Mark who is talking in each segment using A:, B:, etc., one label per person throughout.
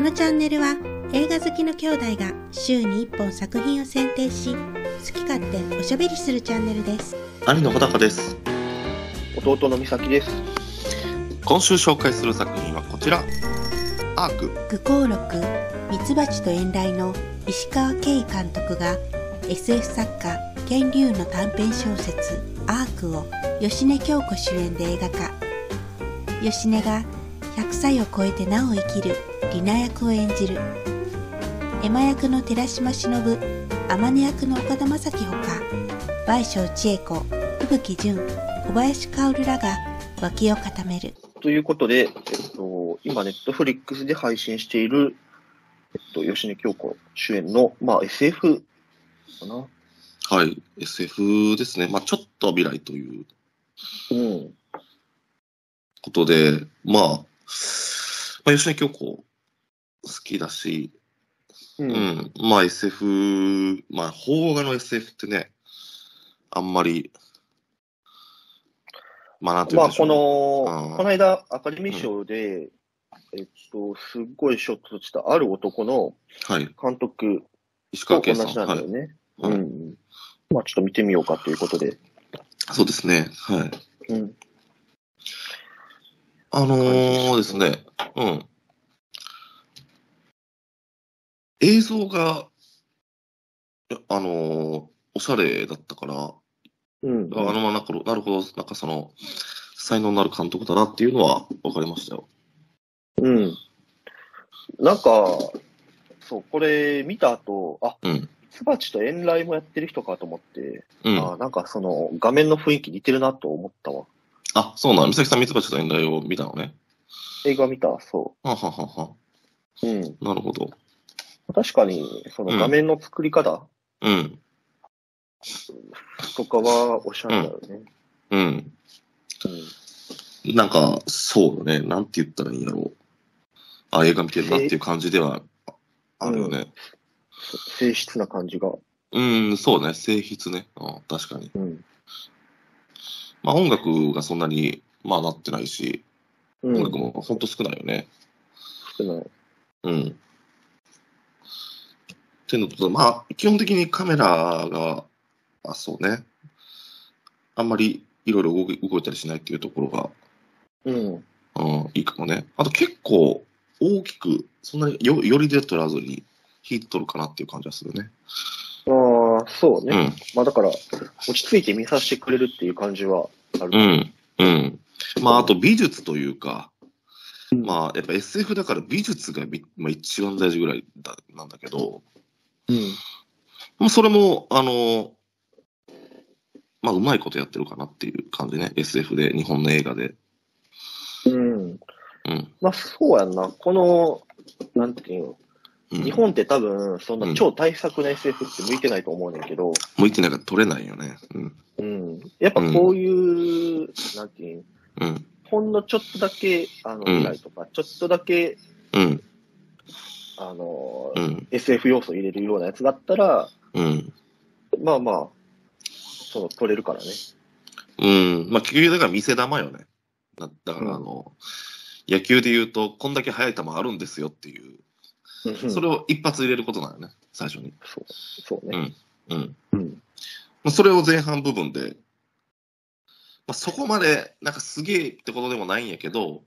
A: のチャンネルは映画好きの兄弟が週に1本作品を選定し好き勝手おしゃべりするチャンネルです
B: 兄の穂高です
C: 弟の美咲です。
B: 今週紹介する作品はこちらアーク
A: 愚行録ミツバチと遠雷の石川慶監督が SF 作家権竜の短編小説アークを芳根京子主演で映画化芳根が100歳を超えてなお生きるリナ役を演じるエマ役の寺島しのぶ天音役の岡田将生ほか倍賞千恵子吹雪純小林薫らが脇を固める
C: ということで、えっと、今、ネットフリックスで配信している、えっと、吉根京子主演の、まあ、SF かな。
B: はい SF ですねまあちょっと未来という
C: うん。
B: ことでまあ、まあ、吉根京子好きだし、う
C: う。
B: んん、まあ SF まあ邦画の SF ってねあんまりまあなんて言う
C: まあ、
B: んでしょう、
C: この
B: う、ん
C: この間、アカデミー賞で、えっと、すっごいショックとした、ある男の
B: はい
C: 監督
B: 石川
C: と
B: 圭
C: 同
B: さん
C: じなん
B: は
C: だ
B: い
C: よね。
B: は
C: う
B: い
C: ん。まあ、ちょっと見てみようかということで。
B: そうですねはい
C: うん。
B: あのーですね、うん。映像が、いやあのーおしゃれだったから、あ
C: うん。
B: のまあなんか、なるほど、なんかその、才能のある監督だなっていうのは分かりましたよ。
C: うん。なんか、そう、これ見た後、あ、
B: うん。
C: ツバチと遠雷もやってる人かと思って、
B: うん。
C: あ
B: あ、
C: ーなんかその画面の雰囲気似てるなと思ったわ。
B: そうなの。美咲さん、ミツバチと遠雷を見たのね。
C: 映画見た、そ
B: はははは。
C: う。うん。
B: なるほど。
C: 確かに、その画面の作り方
B: うん。
C: とかはおしゃれだよね。
B: うん。
C: う
B: なんか、そうよね。なんて言ったらいいんだろう。あ、映画見てるなっていう感じではああるよね。
C: ん。静質な感じが。
B: うん、そうね、性質ね。うん、確かに。
C: うん。
B: まあ音楽がそんなに、まあなってないし、
C: う
B: 音
C: ん
B: 楽。もほんと少ないよね。
C: 少ない
B: うん。っていうのと、まあ基本的にカメラが、あ、そうね。あんまりいろいろ動き動いたりしないっていうところが、
C: うん。
B: うん、いいかもね。あと結構大きく、そんなによより出取らずに、火取るかなっていう感じはするね。
C: ああ、そうね。
B: うん。
C: まあだから、落ち着いて見させてくれるっていう感じはあ
B: う
C: る。
B: ん。うん。まあ、あと美術というか、まあ、やっぱ SF だから美術がび、まあ、一番大事ぐらいだなんだけど、
C: うん。
B: まあ、それも、あの、まあ、うまいことやってるかなっていう感じね。SF で、日本の映画で。
C: うん。
B: うん。
C: まあそうやんな。この、なんていうの、
B: うん、
C: 日本って多分、そんな超大作な SF って向いてないと思うねんけど、
B: 向いてないから撮れないよね。うん。
C: うんやっぱこういう、なんていうの
B: うん。
C: ほんのちょっとだけ、あの、
B: うん
C: 未来とか、ちょっとだけ、
B: うん。
C: あの、
B: うん。
C: SF 要素入れるようなやつだったら、
B: うん。
C: まあまあ、その、取れるからね。
B: うん。まあ、結局、だから見せ玉よね。だだから、あの、野球で言うと、こんだけ速い球あるんですよっていう、それ
C: は、
B: を一発入れることなのね、最初に。
C: そう、そうね。
B: うん。
C: うん。
B: まあ、それを前半部分で、まあ、そこまでなんかすげえってことでもないんやけど、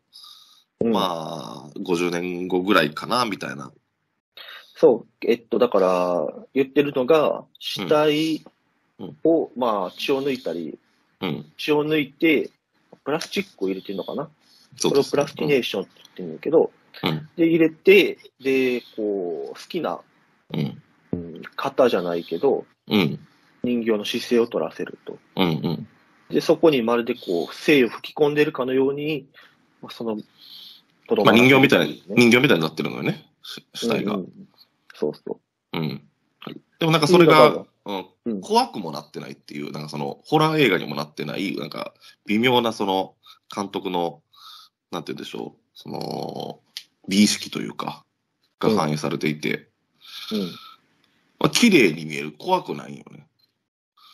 C: うん
B: まあ50年後ぐらいかなみたいな。
C: そう、えっと、だから、言ってるのが、死体
B: うん
C: を、まあ、血を抜いたり、
B: うん、
C: 血を抜いて、プラスチックを入れてるのかな
B: そ
C: これをプラスティネーションって言ってるんだけど、
B: うん
C: で、入れて、で、こう、好きな
B: うん
C: うん型じゃないけど、
B: うん
C: 人形の姿勢を取らせると。
B: うんうん
C: で、そこにまるでこう、精を吹き込んでるかのように、まあ、その、とど
B: まあ、人形みたい
C: な
B: に人形みたいになってるのよねし死体が、うん
C: そうそう。
B: はいでもなんかそれが、うん
C: うん
B: 怖くもなってないっていうなんかそのホラー映画にもなってないなんか微妙なその監督のなんて言うんでしょうその美意識というかが反映されていて、まあ、綺麗に見える。怖くないよね。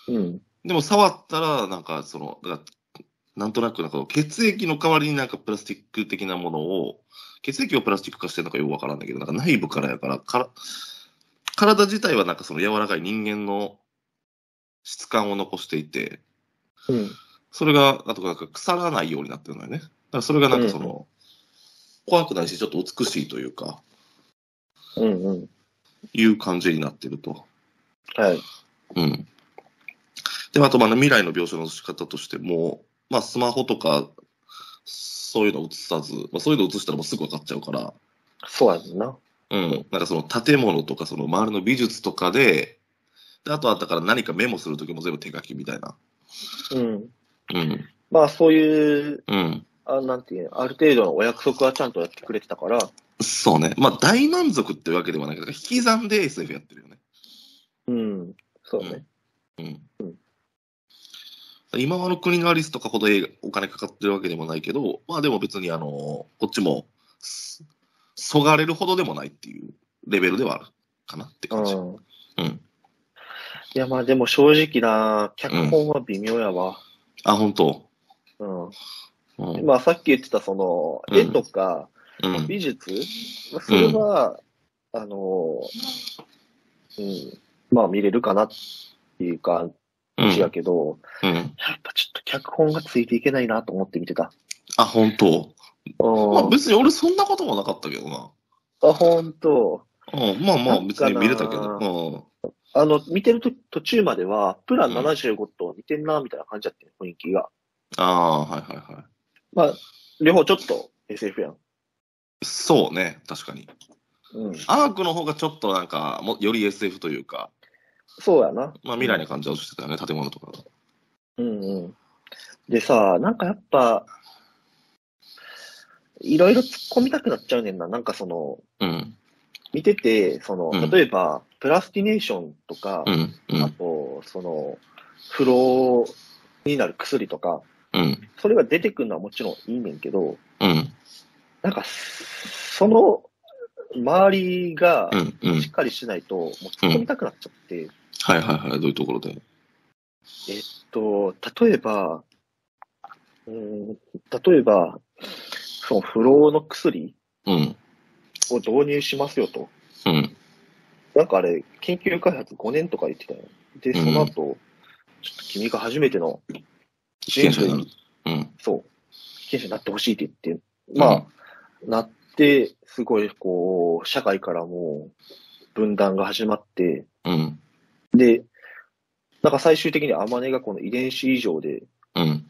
C: うん。うん。
B: でも触ったら、なんかその、だからなんとなくなんか血液の代わりになんかプラスチック的なものを血液をプラスチック化してるのかよくわからんだけど、なんか内部からやから、から体自体はなんかその柔らかい人間の質感を残していて、
C: うん。
B: それが、あとなんか腐らないようになってるのよね。だからそれがなんかその、怖くないし、ちょっと美しいというか、
C: うんうん。
B: いう感じになってると。
C: はい。
B: うん。で、あとまあ未来の描写の仕方としても、まあスマホとか、そういうの映さず、まあそういうの映したらもうすぐ分かっちゃうから、
C: そうやんな。
B: うん。なんかその建物とか、その周りの美術とかで、であとはだから何かメモするときも全部手書きみたいな。
C: うん。
B: うん。
C: まあ、そういう、
B: うん。
C: あなんていうのある程度のお約束はちゃんとやってくれてたから、
B: そうね。まあ大満足ってわけではないけど、引き算で SF やってるよね。
C: うん。そうね。
B: うん
C: うん
B: 今はあの国のアリスとかほど映画お金かかってるわけでもないけど、まあでも別にあのこっちもすそがれるほどでもないっていうレベルではあるかなって感じ。
C: うん。
B: うん
C: いや、まあでも正直な、脚本は微妙やわ。
B: あ、本当。
C: うん。
B: うん。
C: まあさっき言ってたその、
B: うん
C: 絵とか
B: うん
C: 美術、まあそれは、あの、うん、まあ見れるかなっていう感
B: うん
C: じやけど、
B: うん
C: やっぱちょっと脚本がついていけないなと思って見てた。
B: あ、本当。
C: うん。
B: まあ別に俺そんなこともなかったけどな。
C: あ、ほんと。
B: うん、まあまあ別に見れたけ
C: なんか
B: ど。
C: あの、見てると途中までは、プラン75と似てんな、みたいな感じだったよ、雰囲気が。
B: うん、ああー、はいはいは
C: まあ、両方ちょっと SF やん。
B: い。そうね、確かに。
C: うん。
B: アークの方がちょっとなんか、もより SF というか、
C: そうやな。
B: まあ未来な感じはしてたよね、建物とかが。
C: うんうん。でさ、なんかやっぱ、いろいろ突っ込みたくなっちゃうねんな。なんかその、
B: うん、
C: 見てて、その
B: うん、
C: 例えば、プラスティネーションとか、
B: うん、う
C: あ
B: ん、
C: と、その、不老になる薬とか、
B: うん。
C: それが出てくるのはもちろんいいねんけど、
B: うん、
C: なんか、その、周りが
B: うん、うん。
C: しっかりしないと、もう突っ込みたくなっちゃって、
B: はいはいはい、どういうところで。
C: と、例えば、うーん、例えば、その不老の薬
B: うん、
C: を導入しますよと。
B: うん、
C: なんかあれ、研究開発5年とか言ってたよ。で、
B: うん
C: その後、ちょっと君が初めての
B: 被験者になる。うん。
C: そう、被験者になってほしいって言って、まあ、なって、すごい、こう、社会からもう分断が始まって、
B: あ、うん、
C: で、なんか最終的にアマネがこの遺伝子異常で
B: うん、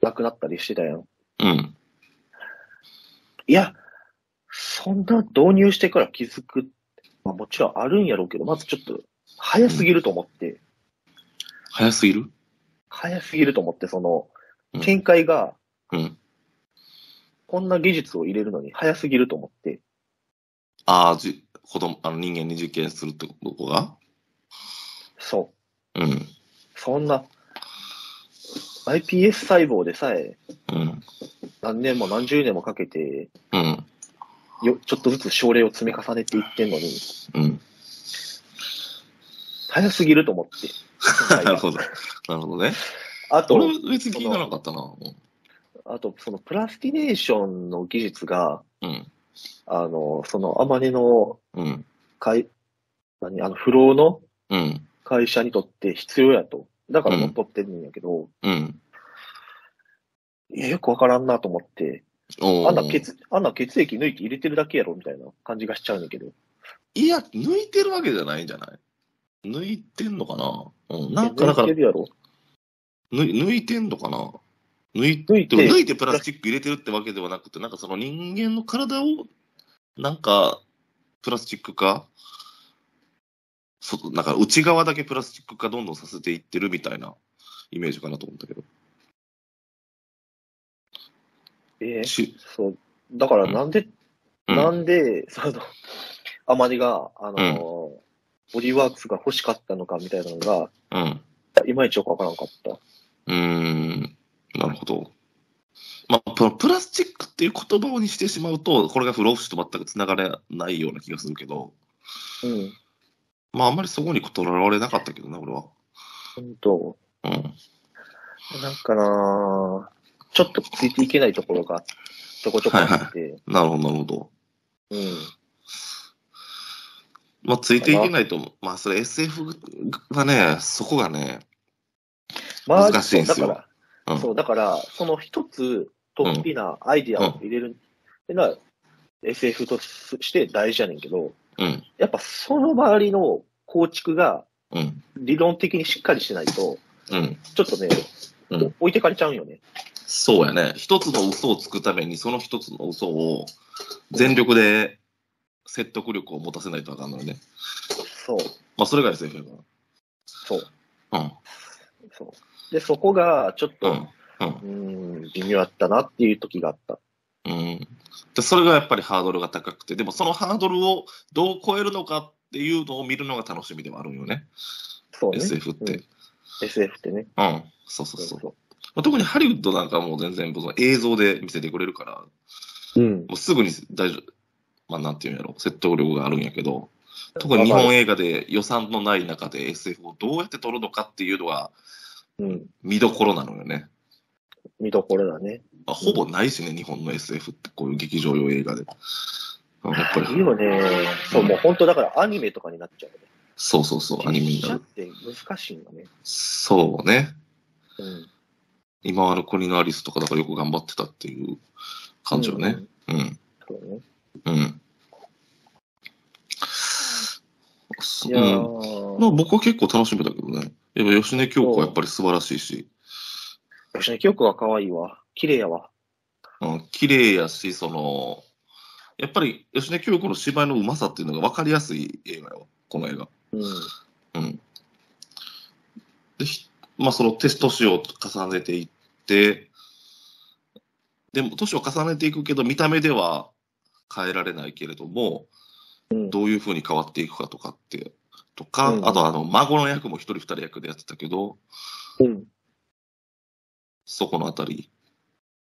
C: 亡くなったりしてたやん。
B: うん、
C: いや、そんな導入してから気づく、まあ、もちろんあるんやろうけど、まずちょっと早すぎると思って、
B: 早すぎる
C: 早すぎると思って、その
B: うん
C: 展開が
B: うん。
C: こんな技術を入れるのに早すぎると思って、
B: ああ、じ、子供、あの人間に実験するってことが
C: そ
B: うん、
C: う、そんな iPS 細胞でさえ
B: うん、
C: 何年も何十年もかけて、
B: うん、
C: よちょっとずつ症例を積み重ねていってんのに、
B: うん。
C: 早すぎると思って。
B: な るほど。なるほどね。
C: あと、
B: 俺、別に気にならなかったな。
C: あと、そのプラスティネーションの技術が、
B: うん、
C: あの、その、アマネの
B: うん、
C: 会、何、あの、不老の
B: うん、
C: 会社にとって必要やと。だからもう取ってるんやけど、
B: うん。
C: いやよくわからんなと思って、
B: お
C: あんな
B: ー
C: 血、あんな血液抜いて入れてるだけやろみたいな感じがしちゃうんだけど。
B: いや、抜いてるわけじゃないんじゃない抜いてんのかなうん、なん
C: い
B: か、
C: や
B: だ
C: 抜い
B: から
C: て、るやろ
B: ぬ抜いてんのかな抜い
C: 抜い
B: でも
C: て、
B: 抜いてプラスチック入れてるってわけではなくて、なんかその人間の体を、なんか、プラスチック化そなんか内側だけプラスチック化どんどんさせていってるみたいなイメージかなと思ったけど。
C: えー
B: し
C: そう。だからなんで、
B: うん
C: なんで、その、アマネが、あのー、ボディーワークスが欲しかったのかみたいなのが、
B: うん。
C: いまいちよくわからんかった。
B: うーん。なるほど。まあ、プラプラスチックっていう言葉をにしてしまうと、これが不老不死と全くつながれないような気がするけど、
C: うん。
B: まあ、あんまりそこにとらわれなかったけどな、俺は。
C: ほんと。
B: うん。
C: なんかなぁちょっとついていけないところがあっちょこちょこあって、
B: なるほど、なるほど。
C: うん。
B: まあ、ついていけないと思う。まあ、それ SF はね、そこがね、
C: まあ
B: 難しいんですよ
C: だか
B: う
C: ら、
B: ん
C: そう、だから、その一つ、突飛なアイディアを入れるってのは、SF として大事やねんけど、
B: うん、
C: やっぱその周りの構築が
B: うん、
C: 理論的にしっかりしてないと、
B: うん。
C: ちょっとね、
B: うん
C: お置いてかれちゃうんよね。
B: そうやね。一つの嘘をつくために、その一つの嘘を全力で説得力を持たせないとあかんのよね。
C: そう、
B: まあ、それが SF やか
C: そう、
B: ら。うん、
C: そう。で、そこが、ちょっ
B: う
C: と
B: ん、、うん。
C: うーん、微妙だったなっていう時があった。
B: うん、でそれがやっぱりハードルが高くて、でもそのハードルをどう超えるのかっていうのを見るのが楽しみでもあるんよね、
C: そうね。
B: SF って。
C: SF ってね。
B: うん、そうそうそう。
C: そ
B: まあ、特にハリウッドなんかもう全然その映像で見せてくれるから、
C: う。うん。
B: もうすぐに大丈夫、まあなんていうんやろ、説得力があるんやけど、特に日本映画で予算のない中で SF をどうやって撮るのかっていうのが
C: うん。
B: 見どころなのよね。
C: 見どころだね。
B: まあ、ほぼないしね、日本の SF ってこういう劇場用映画で。うんやっぱ
C: いい
B: り、
C: よね。そう、もう本当だからアニメとかになっちゃうよね。
B: そうそうそう、アニメになる。
C: 実写って難しいんだね。
B: そうね。
C: うん。
B: 今あの国のアリスとかだからよく頑張ってたっていう感じよね。うん。
C: うん。そうね。
B: うん。
C: い
B: そ
C: や
B: うん。まあ
C: ー、
B: 僕は結構楽しみだけどね。やっぱ吉根京子はやっぱり素晴らしいし、
C: 吉野記憶は可愛いわ。綺麗やわ。
B: うん、綺麗やし、その、やっぱり吉根京子の芝居のうまさっていうのが分かりやすい映画よ、この映画。
C: うん。
B: うん。で、ひまあそのテスト試を重ねていって、でも年を重ねていくけど、見た目では変えられないけれども、
C: うん
B: どういうふうに変わっていくかとかって、とか、
C: うん
B: あとあの、孫の役も一人二人役でやってたけど、
C: うん。
B: そこのあたり、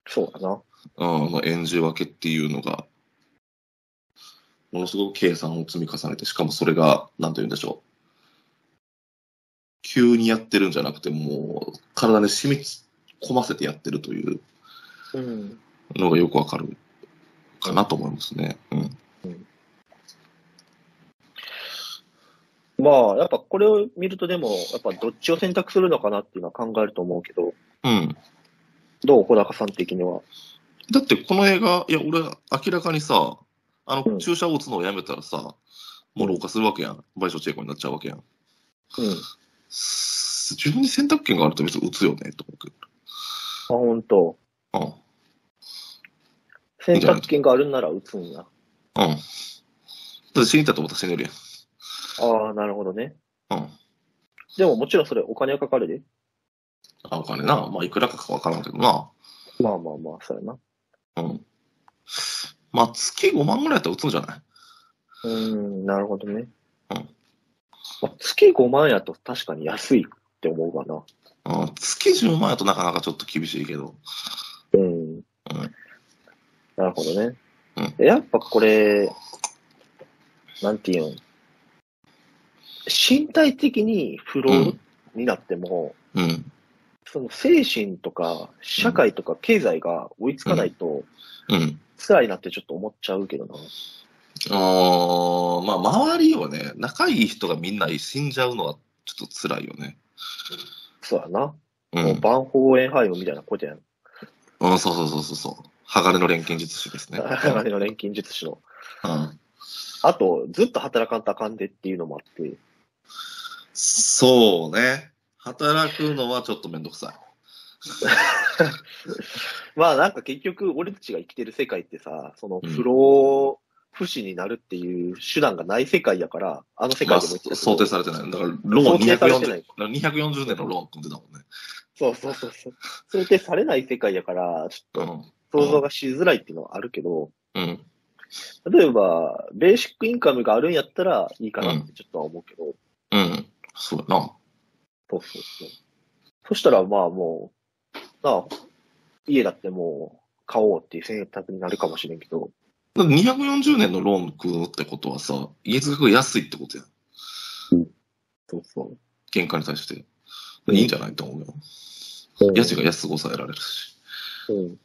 C: そうだな。
B: うん、の演じ分けっていうのが、ものすごく計算を積み重ねて、しかもそれが、なんて言うんでしょう。急にやってるんじゃなくて、もう、体に染み込ませてやってるという
C: うん。
B: のがよくわかるかなと思いますね。うん。
C: まあ、やっぱこれを見るとでも、やっぱどっちを選択するのかなっていうのは考えると思うけど、
B: うん。
C: どう小高さん的には。
B: だって、この映画、いや、俺、明らかにさ、あ
C: う
B: の、
C: ん
B: 注射を打つのをやめたらさ、もう老化するわけやん。賠償チェコになっちゃうわけやん。
C: うん。あ、
B: す自分に選択権があると別に打つよね、と思うけ
C: ほんと。
B: ど。うん。
C: 選択権があるんなら打つんや。
B: うん。だって死にたと思ったら死ねるや
C: ああ、なるほどね。
B: ん。うん。
C: でももちろんそれお金はかかるで。
B: あ、お金な。まあ、いくらかかわからんけどな。
C: まあまあまあ、そうやな。
B: うん。まあ、月5万ぐらいやったら打つんじゃないう
C: ーん、なるほどね。
B: うん
C: まあ月5万やと確かに安いって思うかな。
B: うん。月10万やとなかなかちょっと厳しいけど。
C: うん。なるほどね。
B: うん
C: でやっぱこれ、なんていうん。身体的に不老になっても、
B: うん。
C: その精神とか社会とか経済が追いつかないと
B: うん。
C: 辛いなってちょっと思っちゃうけどな。
B: あーまあ、周りはね、仲いい人がみんな死んじゃうのはちょっと辛いよね。
C: そうやな。
B: う。
C: もうんバンホーエンハイムみたいなことやん。
B: うん、そうそうそうそうそう。鋼の錬金術師 ですね。
C: あれの錬金術師の。
B: うん。
C: あと、ずっと働かんとあかんでっていうのもあって、
B: そうね。働くのはちょっとめんどくさい。
C: まあなんか結局、俺たちが生きてる世界ってさ、その
B: うん
C: 不老不死になるっていう手段がない世界やから、あの世
B: ま
C: 界
B: あ、
C: でも生きて
B: そ
C: る。
B: 想定されてない。だから、ローン
C: 想定されて
B: 240
C: な
B: だ
C: い
B: から240年のローン組んでたもんね。
C: そうそうそうそう。想定されない世界やから、ちょっと想像がしづらいっていうのはあるけど、
B: うん。うん。
C: 例えば、ベーシックインカムがあるんやったらいいかなってちょっとは思うけど、
B: うん。そうやな。
C: そうそうそう。そしたら、まあもう、なあ、家だってもう、買おうっていう選択になるかもしれんけど、
B: だって240年のローン組むってことはさ、月額が安いってことやん。
C: そうそう。
B: 原価に対して。いいんじゃないと思うよ。家賃が安く抑えられるし。
C: うん。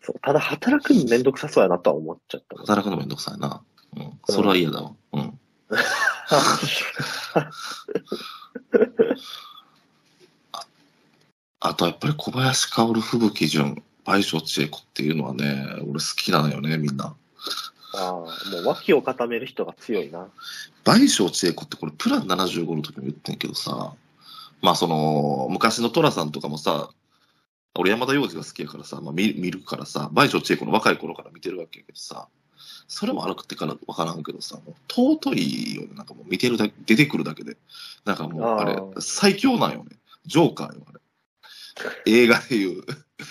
C: そうただ働くのめんどくさそうやなとは思っち ゃった。
B: 働くのめんどくさいな。うん。それは嫌だわ。うん。あとやっぱり小林薫、吹雪純、倍賞千恵子っていうのはね、俺好きなのよね、みんな。
C: ああ、もう脇を固める人が強いな。
B: 倍賞千恵子ってこれプラン75の時も言ってんけどさ、まあその、昔の寅さんとかもさ、俺山田洋次が好きやからさ、まあ見見るからさ、倍賞千恵子の若い頃から見てるわけやけどさ、それも歩くってからわからんけどさ、もう尊いよね、なんかもう見てるだけ、出てくるだけで。なんかもうあれ
C: あー、
B: 最強なんよね。ジョーカーよ、あれ。映画でいう。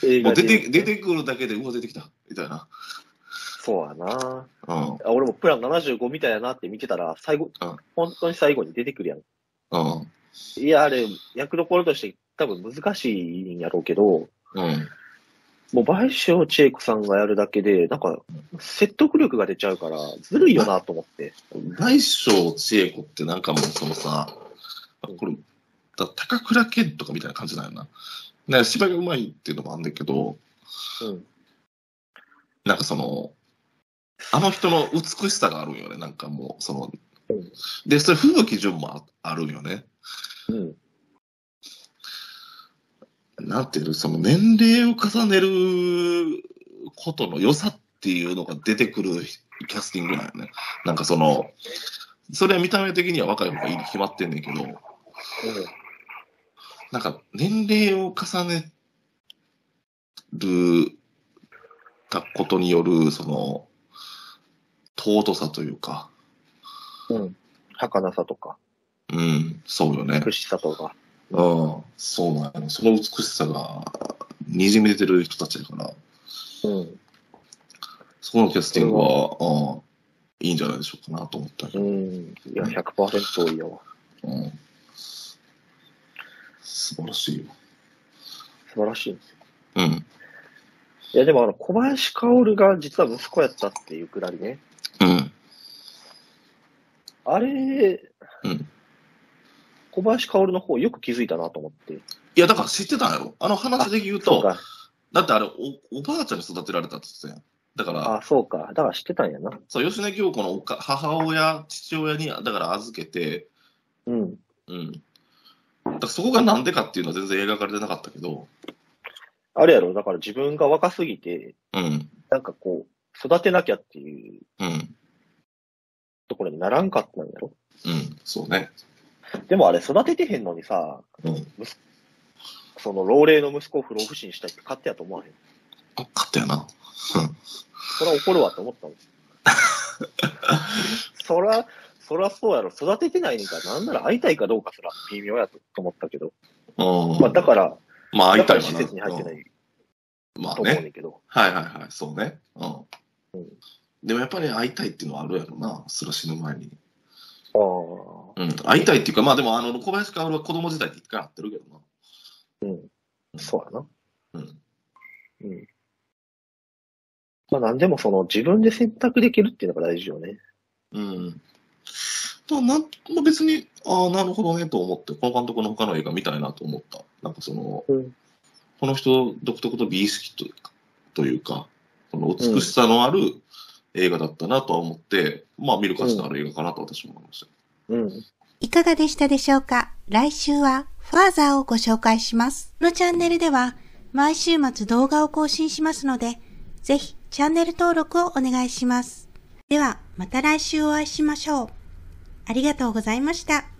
C: 映
B: も
C: 画
B: う
C: で
B: 出て、出てくるだけで、うわ、出てきた、みたいな。
C: そうやな。
B: うん。
C: あ俺もプラン75みたいやなって見てたら、最後、
B: うん
C: 本当に最後に出てくるやん。
B: うん。
C: いや、あれ、役どころとして多分難しいんやろうけど、
B: うん。
C: もう賠償千恵子さんがやるだけで、なんか、説得力が出ちゃうから、ずるいよなと思って。
B: 大将千恵子ってなんかもうそのさ、これ、だ高倉健とかみたいな感じなんよな。ね、芝居がうまいっていうのもあるんだけど、
C: うん。
B: なんかその、あの人の美しさがあるんよね、なんかもう、その
C: うん、
B: で、それ、吹雪純もああるんよね。
C: うん。
B: なんていうの、その年齢を重ねることの良さっていうのが出てくるキャスティングなんよね。なんかその、それは見た目的には若い方がいいに決まってんねんけど、なんか年齢を重ねるたことによる、その、尊さというか、
C: うん。うん。儚さとか、
B: うん、そうよね。
C: 苦しさとか。
B: うん、そうなの。その美しさが、にじみ出てる人たちだから、
C: うん。
B: そこのキャスティングは、うん、いいんじゃないでしょうかなと思ったけ
C: う
B: ど、
C: ん。いや、100%いいよ。
B: うん。素晴らしいよ。
C: 素晴らしい。
B: うん、
C: いや、でもあの、小林薫が実は息子やったっていうくだりね。
B: うん、
C: あれ、
B: うん。
C: 小林薫の方よく気づいたなと思って。
B: いや、だから知ってたよ。あの話で言う
C: そう
B: と、
C: か。
B: だってあれお、おばあちゃんに育てられたって言ってたやん。だから、
C: あ、そうか。だから知ってたんやな。
B: そう、吉根京子のおか母親、父親に、だから預けて、
C: うん。
B: うん。だからそこがなんでかっていうのは全然描かれてなかったけど、
C: あれやろ、だから自分が若すぎて、
B: うん、
C: なんかこう、育てなきゃっていう
B: うん、
C: ところにならんかったんやろ。
B: うん、そうね。
C: でもあれ、育ててへんのにさ、
B: うん。
C: その老齢の息子を不老不死にしたいって勝手やと思わへん。
B: あ勝ったよな。
C: そら怒るわと思っ たもん。そら、そらそうやろ。育ててないねんから、なんなら会いたいかどうかすら微妙やとと思ったけど。
B: うん。
C: まあだから、
B: まあ、会
C: だ
B: い
C: か
B: たいわ
C: ら施
B: な。
C: 設に入ってな
B: うん
C: い
B: まあ
C: と思うね
B: ね。
C: んけど。
B: はいはいはい、そうね。うん。
C: うん
B: でもやっぱり会いたいっていうのはあるやろな、すら死ぬ前に。
C: ああ。
B: うん、会いたいっていうか、まあでも、あの、小林薫は子供時代って一回会ってるけどな。
C: うん。そうやな。
B: うん。
C: うん。まあなんでもその自分で選択できるっていうのが大事よね。
B: うん。だからなんまあ、別に、ああ、なるほどねと思って、この監督の他の映画見たいなと思った。なんかその、
C: うん
B: この人独特の美意識というか、というかその美しさのある映画だったなとは思って、まあ見る価値のある映画かなと私も思いました。
C: うん。
A: いかがでしたでしょうか来週はファーザーをご紹介します。このチャンネルでは毎週末動画を更新しますので、ぜひチャンネル登録をお願いします。ではまた来週お会いしましょう。ありがとうございました。